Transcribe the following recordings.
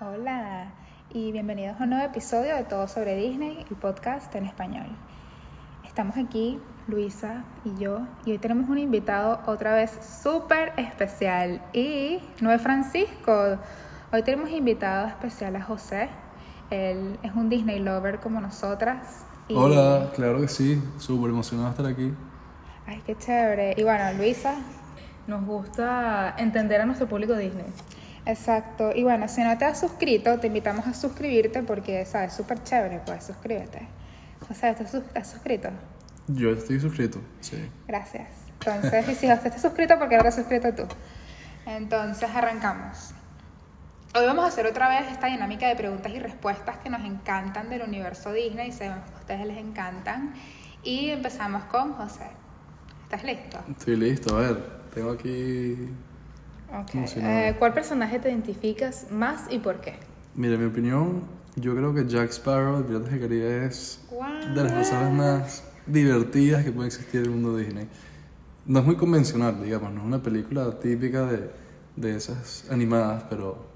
Hola y bienvenidos a un nuevo episodio de Todo sobre Disney, el podcast en español. Estamos aquí, Luisa y yo, y hoy tenemos un invitado otra vez súper especial y no es Francisco. Hoy tenemos invitado especial a José. Él es un Disney lover como nosotras. y- Hola, claro que sí, súper emocionado de estar aquí. Ay, qué chévere. Y bueno, Luisa, Nos gusta entender a nuestro público Disney. Exacto. Y bueno, si no te has suscrito, te invitamos a suscribirte porque, ¿sabes? Súper chévere, pues suscríbete. O sea, ¿estás, sus- estás suscrito? Yo estoy suscrito, sí. Gracias. Entonces, y si no estás suscrito, ¿por qué no te has suscrito tú? Entonces, arrancamos. Hoy vamos a hacer otra vez esta dinámica de preguntas y respuestas que nos encantan del universo Disney y sabemos que a ustedes les encantan. Y empezamos con José. ¿Estás listo? Estoy listo, a ver, tengo aquí... Ok. No, sí, no. Eh, ¿Cuál personaje te identificas más y por qué? Mira, mi opinión, yo creo que Jack Sparrow de Piratas del Caribe es Guau. de las personas más divertidas que puede existir en el mundo Disney. No es muy convencional, digamos, no es una película típica de, de esas animadas, pero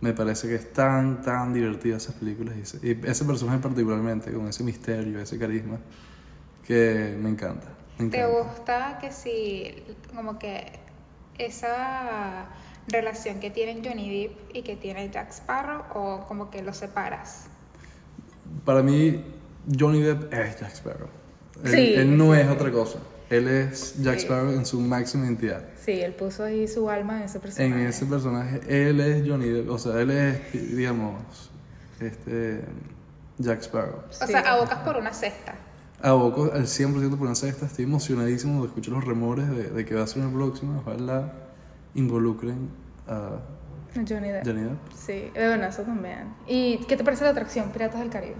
me parece que es tan, tan divertida esas películas y ese, y ese personaje particularmente, con ese misterio, ese carisma, que me encanta. Me ¿Te encanta. gusta que si, como que esa relación que tienen Johnny Depp y que tiene Jack Sparrow o como que los separas? Para mí, Johnny Depp es Jack Sparrow. Él, Sí. él no es otra cosa. Él es Jack Sí. Sparrow en su máxima entidad. Sí, él puso ahí su alma en ese personaje. En ese personaje, él es Johnny Depp. O sea, él es, digamos, este, Jack Sparrow. O Sí. sea, abocas por una cesta. Aboco al 100% por una sexta. Estoy emocionadísimo de escuchar los rumores de, de que va a ser una próxima. Ojalá involucren a Johnny Depp. Johnny Depp. Sí, eh, bueno, eso también. ¿Y qué te parece la atracción Piratas del Caribe?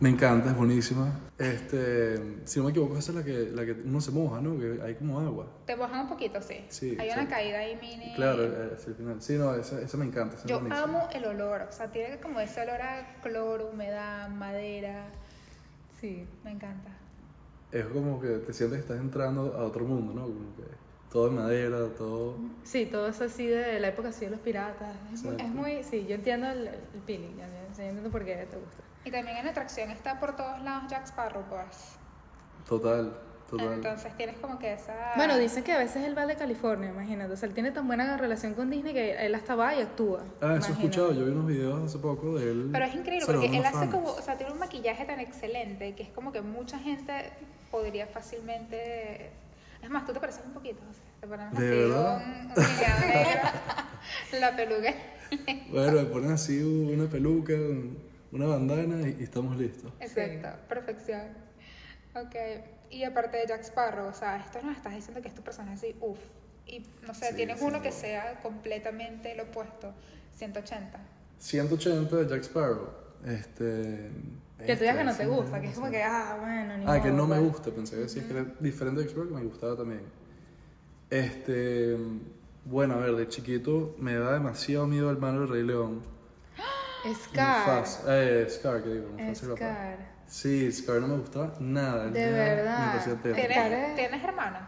Me encanta, es buenísima. Este, si no me equivoco, esa es la que, la que uno se moja, ¿no? Que hay como agua. Te mojan un poquito, sí. Sí, Hay sí. una caída ahí mini. Claro, eh, hacia el final. Sí, no, esa, esa me encanta. esa es Yo buenísima. amo el olor, o sea, tiene como ese olor a cloro, humedad, madera. Sí. Me encanta. Es como que te sientes que estás entrando a otro mundo, ¿no? Como que todo de madera, todo. Sí, todo eso así de la época así de los piratas. Es muy, Exacto. es muy- sí, yo entiendo el, el feeling, ya, ya, ya entiendo por qué te gusta. Y también en la atracción está por todos lados Jack Sparrow, pues. Total, total. Entonces tienes como que esa... Bueno, dicen que a veces él va de California, imagínate. O sea, él tiene tan buena relación con Disney que él hasta va y actúa. ah, eso he imagínate. escuchado. Yo vi unos videos hace poco de él. Pero es increíble porque saludando él a unos hace fans. como, o sea, tiene un maquillaje tan excelente que es como que mucha gente podría fácilmente. Es más, tú te pareces un poquito, o sea, te ponemos ¿De así verdad? un, un guiñado negro, la peluca. Bueno, le ponen así una peluca, un- una bandana y, y estamos listos. Exacto, perfección. Ok, y aparte de Jack Sparrow, o sea, esto nos estás diciendo que es tu personaje así, uff. Y no sé, Sí, tienes sí, uno que sí. sea completamente lo opuesto, 180. 180 de Jack Sparrow. Este. Que tú digas este, que no te sí, gusta, que es sí. como que, ah, bueno, ni Ah, que modo, no me pues. gusta, pensé que decías que era diferente de Explorer, que me gustaba también. Este. Bueno, a ver, de chiquito me da demasiado miedo el malo del Rey León. Scar. Mufasa- eh, Scar, que digo, Mufasa era papá. Scar. Sí, Scar no me gustaba nada. él De me da- verdad. Me parecía Pero- terrible. Scar ¿Tienes, es- ¿tienes hermanos?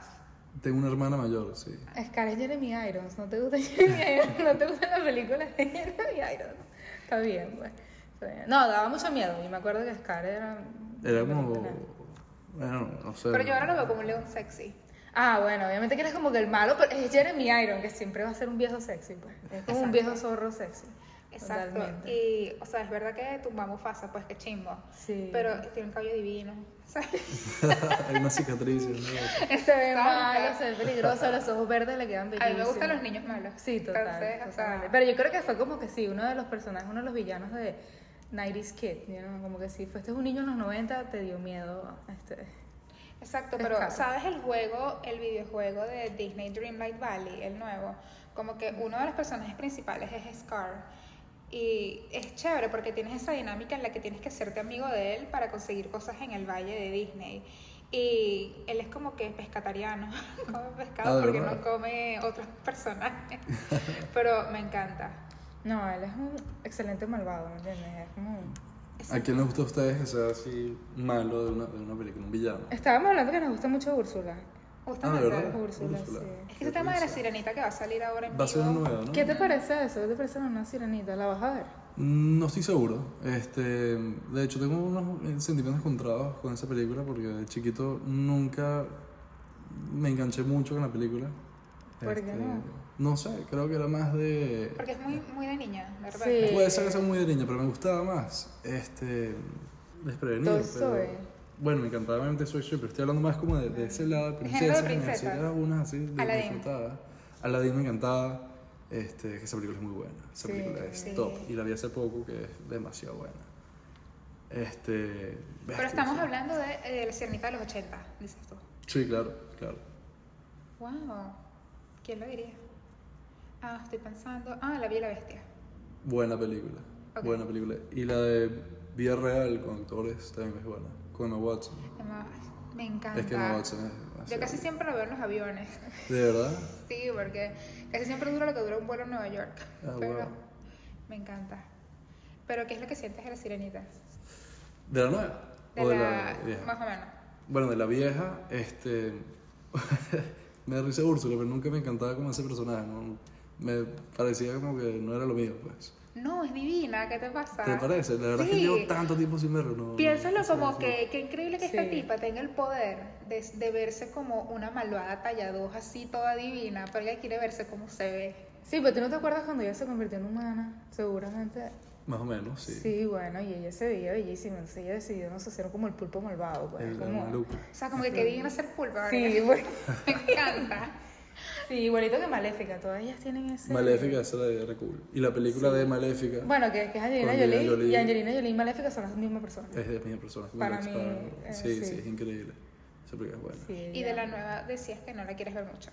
Tengo una hermana mayor, sí. Scar es Jeremy Irons. No te gusta Jeremy Irons. No te gustan las películas de Jeremy Irons. Está bien, pues. Está bien. No, daba mucho miedo. Y me acuerdo que Scar era. Era como. Bueno, no sé. Pero yo ahora lo veo como un león sexy. Ah, bueno, obviamente que eres como que el malo, pero es Jeremy Irons, que siempre va a ser un viejo sexy, pues. Es como un Exacto. viejo zorro sexy. Exacto. Totalmente. Y, o sea, es verdad que tumbamos Mufasa, pues que chimbo. Sí. Pero tiene un cabello divino. ¿sabes? Hay una cicatriz. ¿no? Se ve Exacto. malo, se ve peligroso, los ojos verdes le quedan A bellísimos. mí me gustan los niños malos. Sí, total. Entonces, o sea, totalmente. Pero yo creo que fue como que sí, uno de los personajes, uno de los villanos de 90s Kid, you know, como que si fuiste un niño en los 90 te dio miedo. Este. Exacto, Es pero caro. ¿sabes el juego, el videojuego de Disney Dreamlight Valley, el nuevo? Como que uno de los personajes principales es Scar. Y es chévere porque tienes esa dinámica en la que tienes que hacerte amigo de él para conseguir cosas en el valle de Disney. Y él es como que pescatariano, come Ah, pescado ¿de porque no verdad? come otros personajes. Pero me encanta. No, él es un excelente malvado, ¿me entiendes? Es como... ¿A quién les gusta a ustedes que sea así malo de una, de una película, un villano? Estábamos hablando que nos gusta mucho Úrsula. Ah, Justamente, ¿de verdad? Úrsula, Úrsula. sí. Es que el tema de la sirenita que va a salir ahora en Va a ser vivo. una nueva, ¿no? ¿Qué te parece eso? ¿Qué te parece una sirenita? ¿La vas a ver? Mm, No estoy seguro. Este, de hecho, tengo unos eh, sentimientos encontrados con esa película porque de chiquito nunca me enganché mucho con la película. Este, ¿Por qué no? No sé, creo que era más de... Porque es muy, muy de niña, de Sí. repente. Puede ser que sea muy de niña, pero me gustaba más. Este, desprevenido. Toy pero- Story. Bueno, me encantaba obviamente Soy Story, pero estoy hablando más como de, de ese lado de De género princesas. de en el princesas. cine Era una así, de- me Aladdin. encantaba. Aladdin me encantaba. Este, que esa película es muy buena. Esa Sí, película es sí. top. Y la vi hace poco, que es demasiado buena. Este. Pero bestia, estamos sí. hablando de, eh, de la sirenita de los 80, dices tú. Sí, claro, claro. Wow. ¿Quién lo diría? Ah, estoy pensando. Ah, la Bella y la Bestia. Buena película. Ok. Buena película. Y la de Vida Real con actores también es buena. Con Emma Watson. Emma- Me encanta. Es que Emma Watson es demasiado Yo casi buena. siempre lo veo en los aviones. ¿De verdad? Sí, porque casi siempre dura lo que dura un vuelo en Nueva York. Ah, pero wow. me encanta. Pero ¿qué es lo que sientes de la sirenita? ¿De la nueva? De ¿O de la... la vieja? Más o menos. Bueno, de la vieja, este. me da risa Úrsula, pero nunca me encantaba como ese personaje. ¿no? Me parecía como que no era lo mío, pues. No, es divina, ¿qué te pasa? Ah, ¿Te parece? La verdad es que Sí. llevo tanto tiempo sin verlo. No, Piénsalo no sé como decir. que, qué increíble que esta Sí. tipa tenga el poder de, de verse como una malvada talladoja así toda divina, pero ella quiere verse como se ve. Sí, pero tú no te acuerdas cuando ella se convirtió en humana, seguramente. Más o menos, sí. Sí, bueno, y ella se veía bellísima, entonces ella decidió no sé, hacer como el pulpo malvado, pues. El, el como... maluco. O sea, como que qué divina ser pulpa, Sí, ¿verdad? bueno. Me encanta. Sí, igualito que Maléfica, todas ellas tienen ese... Maléfica, esa la de era cool. Y la película de Maléfica Bueno, que, que es Con Angelina Angelina Jolie, y Jolie. Angelina Jolie y Maléfica son las mismas personas. es de mi persona. como Para Alex mí, Parr. eh, sí, sí, sí. es increíble. Esa película es buena. Sí, Y ya. de la nueva decías que no la quieres ver mucho.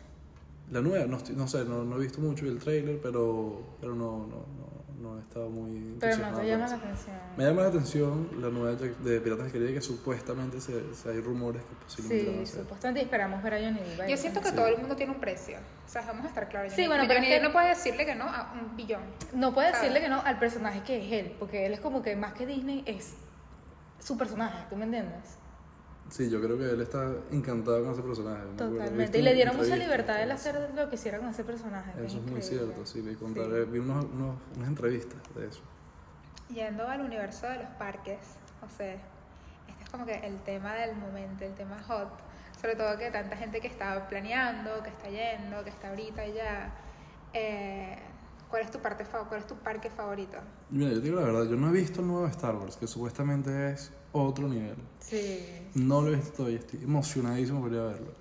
La nueva, no, estoy- no sé, no, no he visto mucho el trailer, pero, pero no, no, no, no he estado muy. Pero no entusiasmado te con llama eso. la atención. Me llama la atención la nueva de, de Piratas del Caribe que supuestamente se, se- hay rumores que posiblemente la van a Sí, hacer. supuestamente esperamos ver a Johnny Depp. ahí. Yo siento que Sí. todo el mundo tiene un precio. O sea, vamos a estar claros. Sí, Yo- bueno, yo pero ni- es que- no puedes decirle que no a un billón. No puede decirle que no al personaje que es él, porque él es como que más que Disney es su personaje, ¿tú me entiendes? Sí, yo creo que él está encantado con ese personaje. me acuerdo, Totalmente. viste Y le dieron mucha entrevistas, libertad de todo hacer lo que quisiera con ese personaje. eso. que Eso es muy increíble. cierto, sí, vi, contaré- vi unos- unos- unas entrevistas de eso. Yendo al universo de los parques, o sea, este es como que el tema del momento, el tema hot, sobre todo que tanta gente que está planeando, que está yendo, que está ahorita ya. Eh, ¿Cuál es tu parte fa- cuál es tu parque favorito? Mira, yo te digo la verdad, yo no he visto el nuevo Star Wars, que supuestamente es otro nivel. Sí. No lo he visto todavía, estoy emocionadísimo por ir a verlo.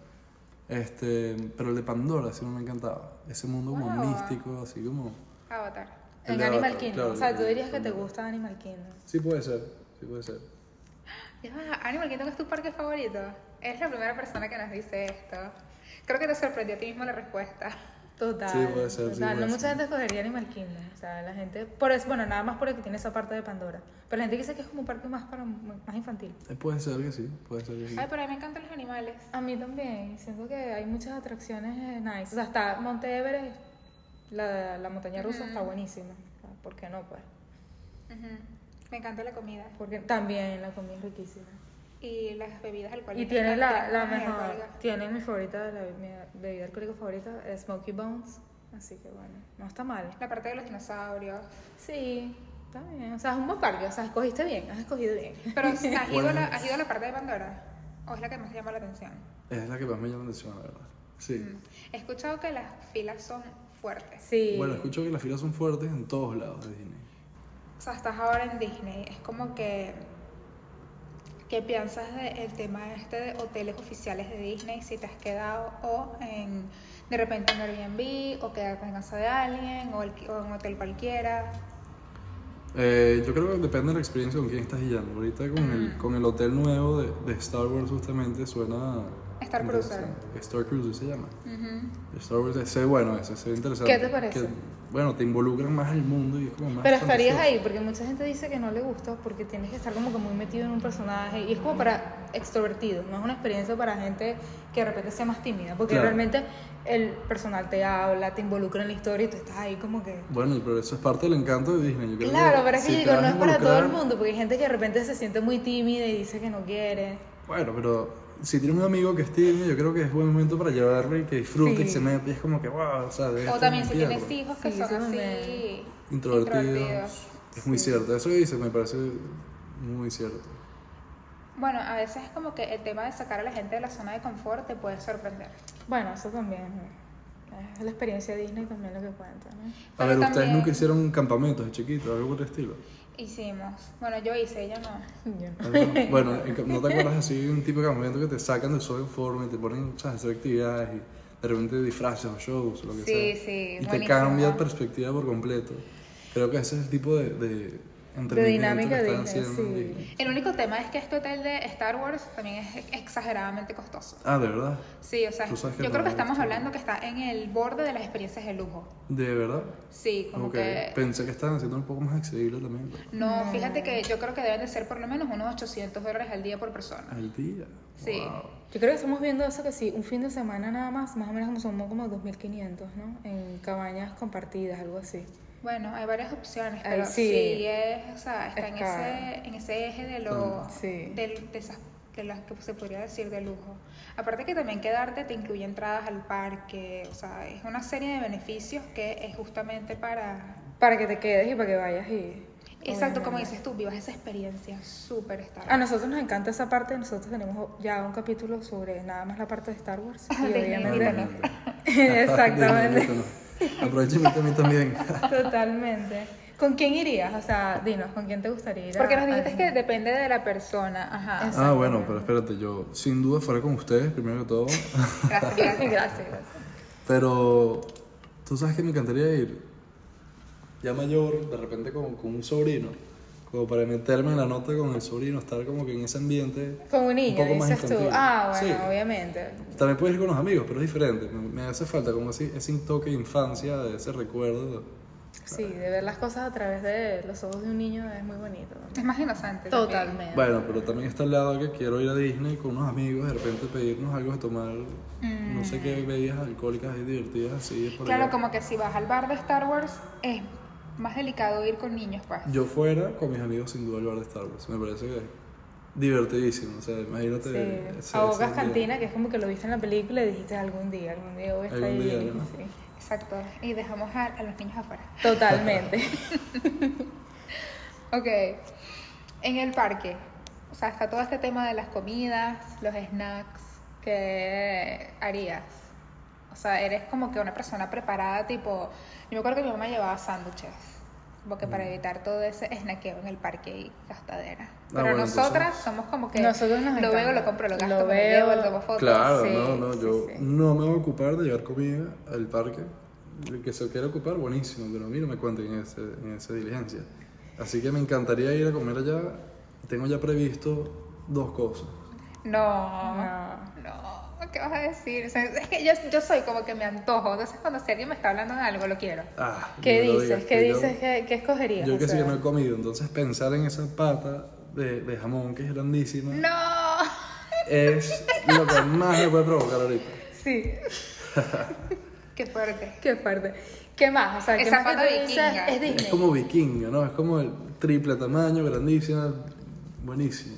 Este, pero el de Pandora sí me encantaba. Ese mundo como Wow. místico, así como... Avatar. El En de Animal Avatar, Kingdom. claro, o sea, tú el- dirías que el- te gusta Animal Kingdom. Sí puede ser, sí puede ser. Ya va, Animal Kingdom es tu parque favorito. Eres la primera persona que nos dice esto. Creo que te sorprendió a ti mismo la respuesta. Total. Sí, puede ser, sí, puede total. no ser. mucha gente escogería Animal Kingdom. O sea, la gente. Por eso, bueno, nada más porque tiene esa parte de Pandora. Pero la gente dice que es como un parque más, para, más infantil. Eh, Puede ser que sí, puede ser que sí. Ah. Ay, pero a mí me encantan los animales. A mí también. Siento que hay muchas atracciones eh, nice. O sea, está Monte Everest, la, la montaña rusa está buenísima. O sea, ¿Por qué no? Pues. Ujú. Me encanta la comida. Porque también la comida es riquísima. Y las bebidas alcohólicas. Y tiene la, Las la bebidas mejor. alcohólicas. Tiene mi favorita, la, mi bebida alcohólica favorita, eh, Smoky Bones. Así que bueno, no está mal. La parte de los dinosaurios. Sí, está bien. O sea, es un buen parque. O sea, escogiste bien, has escogido bien. Pero ¿has ido, a Bueno. la, has ido a la parte de Pandora? ¿O es la que más te llama la atención? Es la que más me llama la atención, la verdad. Sí. He escuchado que las filas son fuertes. Sí. Bueno, escucho que las filas son fuertes en todos lados de Disney. O sea, estás ahora en Disney. Es como que... ¿Qué piensas del tema este de hoteles oficiales de Disney? Si te has quedado o en, de repente en Airbnb o quedarte en casa de alguien o, alqui- o en un hotel cualquiera. Eh, yo creo que depende de la experiencia con quién estás guiando. Ahorita con, Mm. el, con el hotel nuevo de, de Star Wars justamente suena... Star interesante. Star Cruiser se llama. Star Wars, ese es bueno, ese ese es interesante. ¿Qué te parece? Que, bueno, te involucran más al mundo y es como más... Pero estarías fantasioso. ahí, porque mucha gente dice que no le gusta porque tienes que estar como que muy metido en un personaje y es como para extrovertidos, no es una experiencia para gente que de repente sea más tímida, porque Claro. realmente el personal te habla, te involucra en la historia y tú estás ahí como que... Bueno, pero eso es parte del encanto de Disney. Yo creo Claro, que pero es que si yo te digo, no vas a es para todo el involucrar- mundo, porque hay gente que de repente se siente muy tímida y dice que no quiere. Bueno, pero si tienes un amigo que estime, yo creo que es buen momento para llevarlo y que disfrute y Sí. se meta. Y es como que, wow, ¿sabes? O también si tienes hijos que Sí, son eso así. también. Introvertidos. introvertidos. Es muy cierto. Eso que dices me parece muy cierto. Bueno, a veces es como que el tema de sacar a la gente de la zona de confort te puede sorprender. Bueno, eso también. ¿no? Es la experiencia Disney también lo que cuenta, ¿no? A Pero ver, ¿ustedes también- nunca hicieron campamentos de chiquitos, algo por el estilo? Hicimos. Bueno, yo hice, ella no. Yo no. Algo- Bueno, en ca- ¿no te acuerdas así un tipo de campamento que te sacan del sol informe, te ponen ¿sabes? a hacer actividades y de repente disfraces o shows o lo Sí, que sea? sí, Y te buenísimo. cambia la perspectiva por completo. Creo que ese es el tipo de, de entretenimiento dinámica que están Disney, haciendo. en sí. Disney. El único tema es que este hotel de Star Wars también es exageradamente costoso. Ah, de verdad, Sí, o sea, Tú yo sabes que creo no que es estamos tan- hablando que está en el borde de las experiencias de lujo. de verdad. Sí, como Ok, que... pensé que estaban haciendo un poco más accesible también. pues, No, fíjate que yo creo que deben de ser por lo menos unos 800 dólares al día por persona. Al día. Sí. Wow. Yo creo que estamos viendo eso que sí, un fin de semana nada más, más o menos como somos como 2.500, ¿no? En cabañas compartidas, algo así. Bueno, hay varias opciones, Ay, pero sí. sí, es, o sea, está Mm, en Es caro. ese, en ese eje de lo, Sí. del- de, esas- de las que se podría decir de lujo. Aparte que también quedarte te incluye entradas al parque, o sea, es una serie de beneficios que es justamente para Para que te quedes y para que vayas y... Exacto, como obviamente. dices tú, vivas esa experiencia súper Star A Wars. nosotros nos encanta esa parte, nosotros tenemos ya un capítulo sobre nada más la parte de Star Wars. Y Disney, Ah, obviamente... Disney. Exactamente. Aprovechame también también. Totalmente. ¿Con quién irías? O sea, dinos, ¿con quién te gustaría ir? a- Porque nos a dijiste Disney? que depende de la persona. Ajá. Exacto. Ah, bueno, pero espérate, yo sin duda fuera con ustedes, primero que todo. Gracias, gracias. gracias, gracias. Pero tú sabes que me encantaría ir ya mayor, de repente con, con un sobrino, como para meterme en la nota con el sobrino, estar como que en ese ambiente. Con un niño, poco más dices tú. infantil. Ah, bueno, Sí. obviamente. También puedes ir con los amigos, pero es diferente. Me, me hace falta como así, ese toque de infancia, de ese recuerdo. Sí, de ver las cosas a través de los ojos de un niño es muy bonito. Es más inocente. también. Totalmente. Bueno, pero también está al lado que quiero ir a Disney con unos amigos, de repente pedirnos algo de tomar, no sé qué Mm. bebidas alcohólicas y divertidas así. por Claro, allá. como que si vas al bar de Star Wars es más delicado ir con niños, pues. Yo fuera con mis amigos sin duda al bar de Star Wars. Me parece que es divertidísimo. O sea, imagínate. Sí. ese- Abocas ese Cantina, ambiente. que es como que lo viste en la película y dijiste algún día, algún día voy a estar Algún ahí. día, ¿no? sí. Exacto. Y dejamos a, a los niños afuera. Totalmente. Ok. En el parque. O sea, está todo este tema de las comidas, los snacks. ¿Qué harías? O sea, eres como que una persona preparada, tipo... Yo me acuerdo que mi mamá llevaba sándwiches. Como que Mm. para evitar todo ese snaqueo en el parque y gastadera. Pero Ah, bueno, entonces- nosotras somos como que... Nosotros nos Lo veo, encanta. lo compro, lo Lo gasto, me veo. lo llevo, le tomo fotos. Claro, Sí, no, no. sí, Yo sí. no me voy a ocupar de llevar comida al parque. El que se quiera ocupar, buenísimo. Pero a mí no me cuenten en, ese, en esa diligencia. Así que me encantaría ir a comer allá. Tengo ya previsto dos cosas. No. No. No, ¿qué vas a decir? O sea, es que yo, yo soy como que me antojo. Entonces, cuando si alguien me está hablando de algo, lo quiero. Ah, ¿Qué no me lo dices? digas, ¿Qué que yo- dices? ¿Qué, qué escogerías? Yo O que sí sea, que no he comido. Entonces pensar en esa pata de, de jamón que es grandísima. ¡No! es lo que más me puede provocar ahorita. Sí, ¡Qué fuerte! qué fuerte. ¿Qué más? O sea, ¿qué Esa más que pata tú dices vikinga. es Disney? Es como vikinga, ¿no? Es como el triple tamaño, grandísima, buenísimo.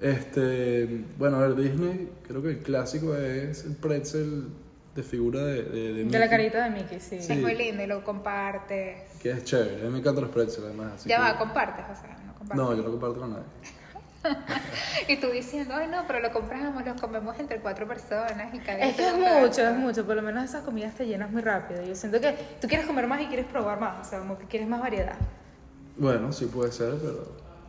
Este, bueno, a ver, Disney, creo que el clásico es el pretzel de figura de, de, de De Mickey, la carita de Mickey, sí. Es muy lindo y lo compartes. Que es chévere, a mí me encantan los pretzels además. así ya que- va, compartes, o sea, no compartes. No, yo no comparto con nadie. Y tú diciendo, ay, no, pero lo compramos, lo comemos entre cuatro personas y cada Es que es mucho, es mucho. Por lo menos esas comidas te llenas muy rápido. Yo siento que tú quieres comer más y quieres probar más. O sea, como que quieres más variedad. Bueno, sí puede ser, pero,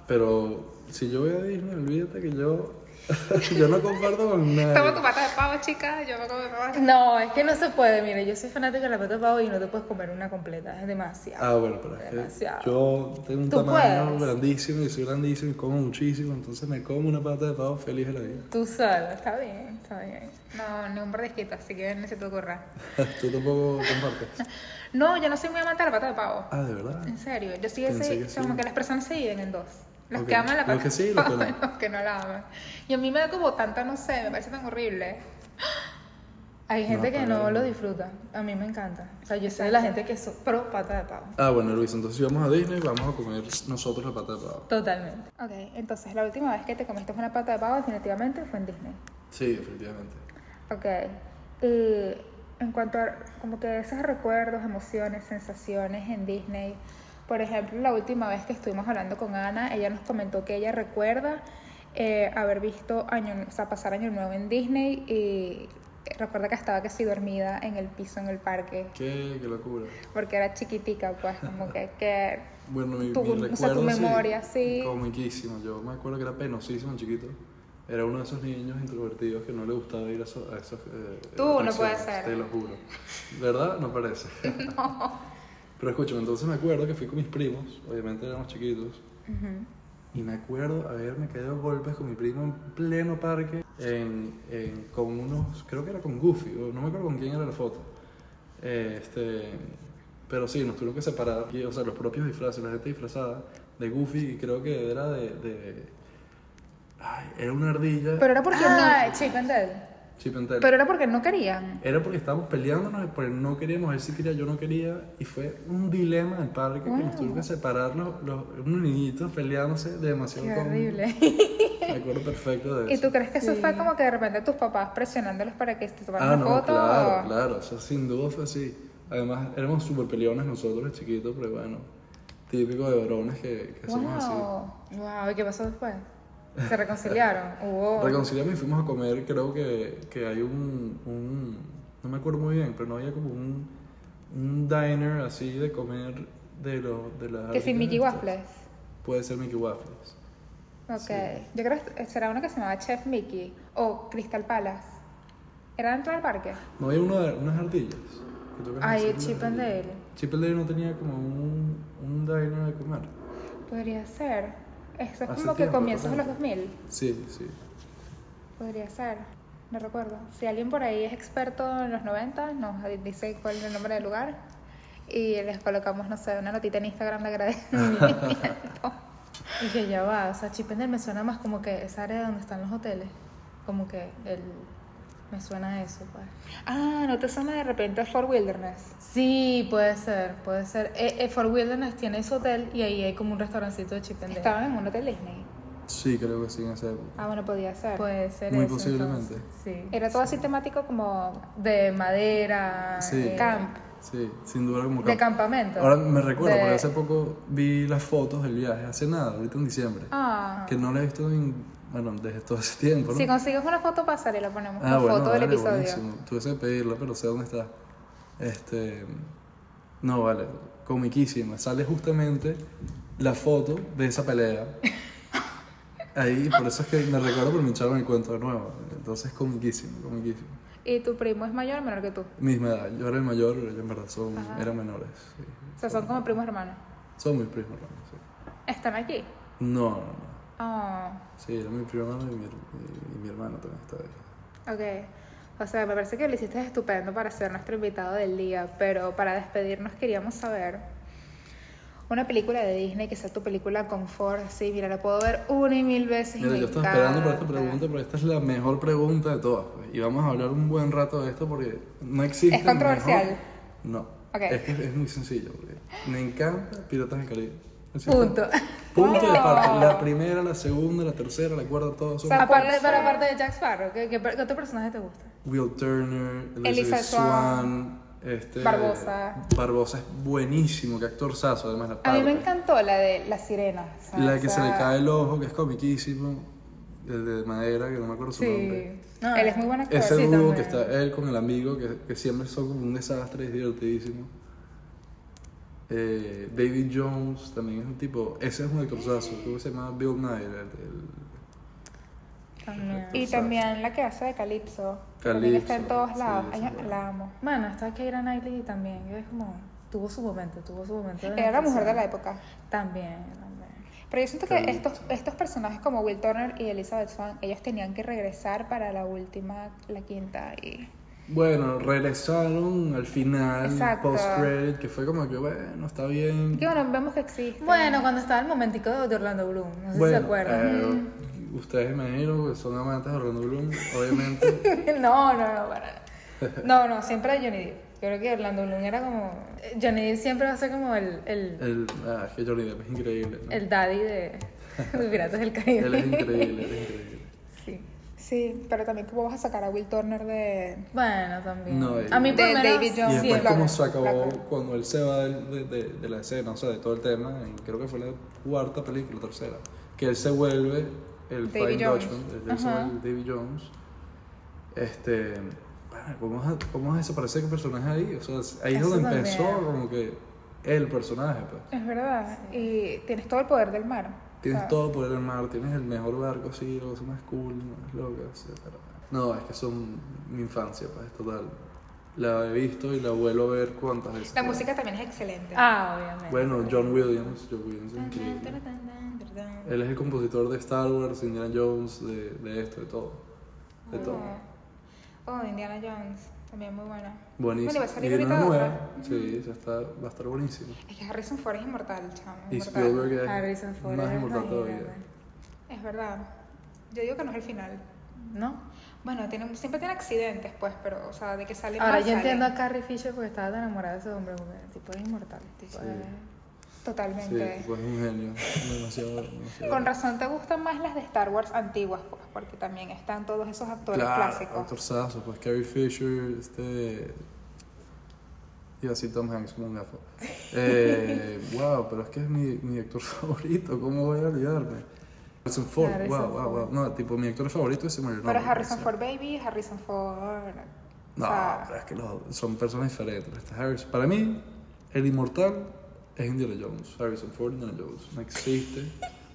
pero si yo voy a Disney, olvídate que yo, yo no comparto con nadie. Toma tu pata de pavo, chica, yo me como mi pata. No, es que no se puede. Mire, yo soy fanática de la pata de pavo y no te puedes comer una completa. Es demasiado. Ah, bueno, pero es que Demasiado. yo tengo un Tú tamaño puedes. grandísimo y soy grandísimo y como muchísimo, entonces me como una pata de pavo feliz de la vida. Tú solo. Está bien, está bien. No, ni un bordesquito, así que no se te ocurra. Tú tampoco compartes. No, yo no soy muy amante de la pata de pavo. Ah, de verdad. En serio, yo sí, Pensé que ese, sí. como que las personas se dividen en dos. Los Ok, que aman la los pata que sí y de los que pavo no. y los que no la aman. Y a mí me da como tanta, no sé, me parece tan horrible. Hay gente No, que para no nada. lo disfruta. A mí me encanta. O sea, yo soy de la gente que es pro pata de pavo. Ah, bueno, Luis, entonces si vamos a Disney, vamos a comer nosotros la pata de pavo. Totalmente. Ok, entonces la última vez que te comiste una pata de pavo definitivamente fue en Disney. Sí, efectivamente. Ok. Y en cuanto a como que esos recuerdos, emociones, sensaciones en Disney, por ejemplo, la última vez que estuvimos hablando con Ana, ella nos comentó que ella recuerda eh, haber visto año, o sea, pasar año nuevo en Disney y recuerda que estaba casi dormida en el piso en el parque Qué, qué locura. porque era chiquitica, pues como que, que Bueno, mi, Tu- mi o sea, recuerdo. tu memoria, sí. Comiquísimo. Yo me acuerdo que era penosísimo chiquito. Era uno de esos niños introvertidos que no le gustaba ir a, eso- a esos. eh, Tú, no atracciones, puede ser. Te lo juro. ¿Verdad? No parece. Pero escúchame, entonces me acuerdo que fui con mis primos. Obviamente éramos chiquitos. Y me acuerdo haberme caído a golpes con mi primo en pleno parque, en, en- con unos, creo que era con Goofy, o no me acuerdo con quién era la foto. Eh, este, pero sí, nos tuvieron que separar, y, o sea, los propios disfraces, la gente disfrazada de Goofy, y creo que era de... de- ay, era una ardilla, pero era porque Ah, no Chip and Dale. Chip and Dale. pero era porque no querían Era porque estábamos peleándonos, porque no queríamos, él sí quería, yo no quería, y fue un dilema en el parque que nos tuvieron que separar los, los- unos niñitos peleándose demasiado Qué con- horrible. Me acuerdo perfecto de eso. y tú crees que eso fue como que de repente tus papás presionándolos para que te tomaran Ah, una no, foto claro, claro, eso sin duda fue así. Además, éramos súper peleones nosotros de chiquitos, pero bueno, típico de varones que, que somos así. wow Wow, ¿y qué pasó después? ¿Se reconciliaron? Hubo. Reconciliamos y fuimos a comer, creo que, que hay un, un- no me acuerdo muy bien, pero no había como un, un diner así de comer de los... De las que sin Mickey estas. Waffles Puede ser Mickey Waffles. Ok, Sí. yo creo que será uno que se llamaba Chef Mickey o Crystal Palace. ¿Era dentro del parque? No había uno de- unas ardillas. que tocan Ay, así con Chip las and ardillas? Dale. Chip and Dale no tenía como un, un diner de comer. Podría ser. Eso es Hace como que tiempo, comienzos de los ¿verdad? 2000. Sí, sí. Podría ser. No recuerdo. Si alguien por ahí es experto en los 90, nos dice cuál es el nombre del lugar y les colocamos, no sé, una notita en Instagram de agradecimiento. Y que ya va, o sea, Chip and Dale me suena más como que esa área donde están los hoteles. Como que el... me suena a eso, pues. ah, ¿no te suena de repente Fort Wilderness? Sí, puede ser, puede ser. Eh, eh, Fort Wilderness tiene su hotel y ahí hay como un restaurancito de Chip and Dale. Estaban en un hotel Disney. Sí, creo que sí en esa época. Ah, bueno, podía ser. Pues, Puede ser Muy eso, posiblemente. entonces, Sí. Era todo así temático como De madera, Sí. eh, camp. Sí, sin duda como de campo. campamento. Ahora me recuerdo, De- porque hace poco vi las fotos del viaje, hace nada, ahorita en diciembre. Ah. Que no las he visto en, bueno, desde todo ese tiempo, ¿no? Si consigues una foto, pasaré y la ponemos. ah, la bueno, foto del dale, episodio. buenísimo. Tuve que pedirla, pero sé dónde está. Este, no, vale, comiquísima. Sale justamente la foto de esa pelea. Ahí, por eso es que me recuerdo por mi chavo en el cuento de nuevo. Entonces, comiquísimo, comiquísimo. ¿Y tu primo es mayor o menor que tú? Misma edad, yo era el mayor, ellos en verdad son, eran menores. sí. O sea, son como primos hermanos. Son mis primos hermanos, sí. ¿Están aquí? No, no, no. Ah, Sí, era mi primo hermano y mi, y- y mi hermano también está ahí. ok. O sea, me parece que lo hiciste estupendo para ser nuestro invitado del día, pero para despedirnos queríamos saber una película de Disney que sea tu película confort. Sí, mira, la puedo ver una y mil veces. y Mira, me yo estaba esperando por esta encanta. pregunta, pero esta es la mejor pregunta de todas. pues, Y vamos a hablar un buen rato de esto porque no existe. ¿Es controversial? mejor- No. Ok. Es que es muy sencillo. porque me encanta Piratas del Caribe. Así que- Punto. Punto de Wow. parte. La primera, la segunda, la tercera, la cuarta, todas son. O sea, Aparte, Puede pero ser. aparte de Jack Sparrow, ¿qué, qué, per- qué otro personaje te gusta? Will Turner, Elisa Elisa Swan. Este, Barbosa. Barbosa es buenísimo, que actor saso, además la A mí me parca. encantó la de La Sirena. o sea, La que o se le sea, cae el ojo, que es comiquísimo. El de madera, que no me acuerdo su nombre. No, Él es muy buen actor. Ese Sí, dúo también. que está él con el amigo, que, que siempre son como un desastre, es divertidísimo. Eh, David Jones también es un tipo. Ese es un actor saso, creo que se llama Bill Nye, el, el- Eh, También. Y también la que hace de Calypso. que También Calypso, está en todos lados. sí, Ay, sí, la amo. Bueno, está Keira Knightley también, que es como... Tuvo su momento, tuvo su momento. de Era la mujer de la actuación. época. También, también. Pero yo siento que Calypso. estos, estos personajes como Will Turner y Elizabeth Swann, ellos tenían que regresar para la última, la quinta. Y... Bueno, regresaron al final, Exacto. post-credit, que fue como que bueno, está bien. Que bueno, vemos que existe. Bueno, cuando estaba el momentico de Orlando Bloom, no sé si se bueno, acuerdan. eh, ustedes me dijeron que son amantes de Orlando Bloom, obviamente. no, no, no, para nada. No, no, siempre Johnny Depp. Yo creo que Orlando Bloom era como... eh, Johnny Depp siempre va a ser como el, el, el, ah, es que Johnny Depp es increíble. ¿no? el daddy de de Piratas del Él es Caribe. increíble, él es increíble. sí. Sí, pero también cómo vas a sacar a Will Turner de... Bueno, también. No, y- a mí por De lo menos... David Jones. Y Sí, después claro, como se acabó claro. cuando él se va del- de, de- de la escena, o sea, de todo el tema, en- creo que fue la cuarta película, la tercera, que él se vuelve el Davy Fine Jones. Dutchman, él se Ajá. vuelve el Davy Jones. Este, bueno, ¿cómo vas a, cómo vas a desaparecer el personaje ahí? O sea, ahí es Eso donde también. empezó como que el personaje, pues. Es verdad. Y tienes todo el poder del mar. Tienes O sea, todo por el mar, tienes el mejor barco así, la cosa más cool, más loca, etc. No, es que son mi infancia, pues, total. La he visto y la vuelvo a ver cuántas veces. La quiera. música también es excelente. Ah, obviamente. Bueno, John Williams, John Williams es increíble. Él es el compositor de Star Wars, Indiana Jones, de, de esto, de todo. De todo. Oh, Indiana Jones. También muy buena. Bueno, Buenísimo. va a y salir viene ahorita una otra. nueva. Sí, ya está, va a estar buenísimo. Es que Harrison Ford es inmortal, chamo. Y inmortal. Spielberg es Harrison Ford. más es inmortal imagínate. todavía. Es verdad. Yo digo que no es el final, ¿no? Bueno, tiene, siempre tiene accidentes, pues, pero, o sea, de que sale Ahora mal, yo sale. entiendo a Carrie Fisher porque estaba tan enamorada de ese hombre, porque el tipo es inmortal. Tipo, Sí. eh, Sí, Totalmente. pues es un genio. Demasiado, demasiado. Con razón te gustan más las de Star Wars antiguas, pues, porque también están todos esos actores clásicos. actorzazo, pues Carrie Fisher, este. Iba a decir Tom Hanks como un gafo. Eh, wow, pero es que es mi, mi actor favorito, ¿cómo voy a olvidarme? Harrison Ford, Harrison wow, wow, wow. Ford. No, tipo, mi actor favorito es Samuel pero Norman, Harrison o sea. Ford Baby, Harrison Ford. No, o sea, pero es que los- son personas diferentes. Este Harrison- para mí, el inmortal es Indiana Jones. Harrison Ford, Indiana Jones. No existe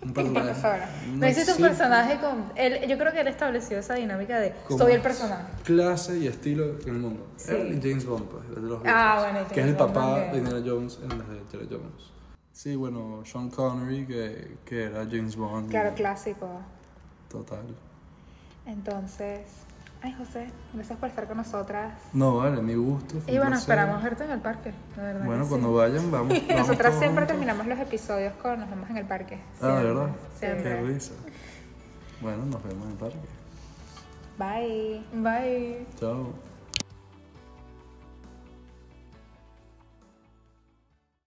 un profesor. personaje. No existe un existe. personaje con. Él, yo creo que él estableció esa dinámica de con soy el más personaje. Clase y estilo en el mundo. Sí. Él y James Bond, pues, el de los Ah, Beatles, bueno, y Que es el James Bond papá también. de Indiana Jones en las de Indiana Jones. Sí, bueno, Sean Connery, que, que era James Bond. claro, y- clásico. Total. Entonces, ay, José, gracias por estar con nosotras. No, vale, mi gusto. fue Y un bueno, placer. esperamos verte en el parque, la verdad. que Bueno, sí. cuando vayan, vamos. vamos Nosotras todos siempre juntos. terminamos los episodios con nos vemos en el parque. Ah, de verdad. siempre. Qué risa. Bueno, nos vemos en el parque. Bye. Bye. Chao.